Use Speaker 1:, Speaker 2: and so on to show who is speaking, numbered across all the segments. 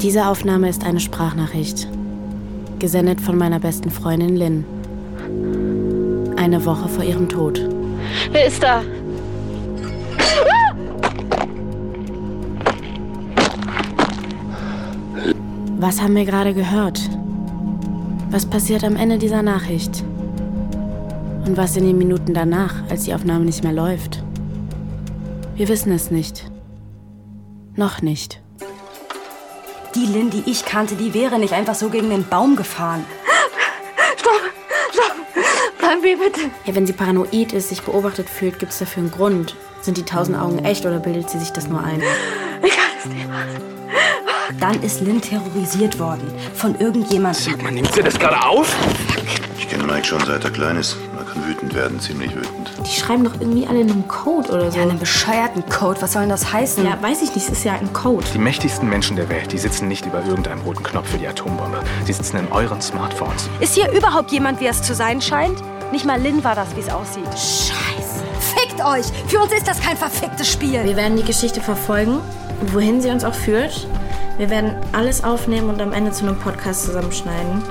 Speaker 1: Diese Aufnahme ist eine Sprachnachricht, gesendet von meiner besten Freundin Lynn. Eine Woche vor ihrem Tod.
Speaker 2: Wer ist da?
Speaker 1: Was haben wir gerade gehört? Was passiert am Ende dieser Nachricht? Und was in den Minuten danach, als die Aufnahme nicht mehr läuft? Wir wissen es nicht. Noch nicht.
Speaker 3: Die Lynn, die ich kannte, die wäre nicht einfach so gegen den Baum gefahren.
Speaker 2: Stopp! Stopp! Plan B, bitte!
Speaker 1: Ja, wenn sie paranoid ist, sich beobachtet fühlt, gibt es dafür einen Grund. Sind die tausend Augen echt oder bildet sie sich das nur ein?
Speaker 2: Ich kann es nicht machen.
Speaker 3: Dann ist Lynn terrorisiert worden. Von irgendjemandem.
Speaker 4: Man nimmt dir das gerade auf?
Speaker 5: Ich kenne Mike schon seit er klein ist. Man kann wütend werden, ziemlich wütend.
Speaker 1: Die schreiben doch irgendwie alle in einem Code oder so.
Speaker 3: Ja, einen bescheuerten Code. Was soll denn das heißen?
Speaker 1: Ja, weiß ich nicht, es ist ja ein Code.
Speaker 4: Die mächtigsten Menschen der Welt, die sitzen nicht über irgendeinem roten Knopf für die Atombombe. Sie sitzen in euren Smartphones.
Speaker 3: Ist hier überhaupt jemand, wie es zu sein scheint? Nicht mal Lynn war das, wie es aussieht. Scheiße. Fickt euch! Für uns ist das kein verficktes Spiel.
Speaker 1: Wir werden die Geschichte verfolgen, wohin sie uns auch führt. Wir werden alles aufnehmen und am Ende zu einem Podcast zusammenschneiden.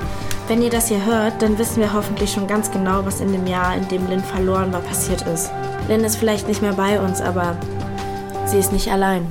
Speaker 1: Wenn ihr das hier hört, dann wissen wir hoffentlich schon ganz genau, was in dem Jahr, in dem Lynn verloren war, passiert ist. Lynn ist vielleicht nicht mehr bei uns, aber sie ist nicht allein.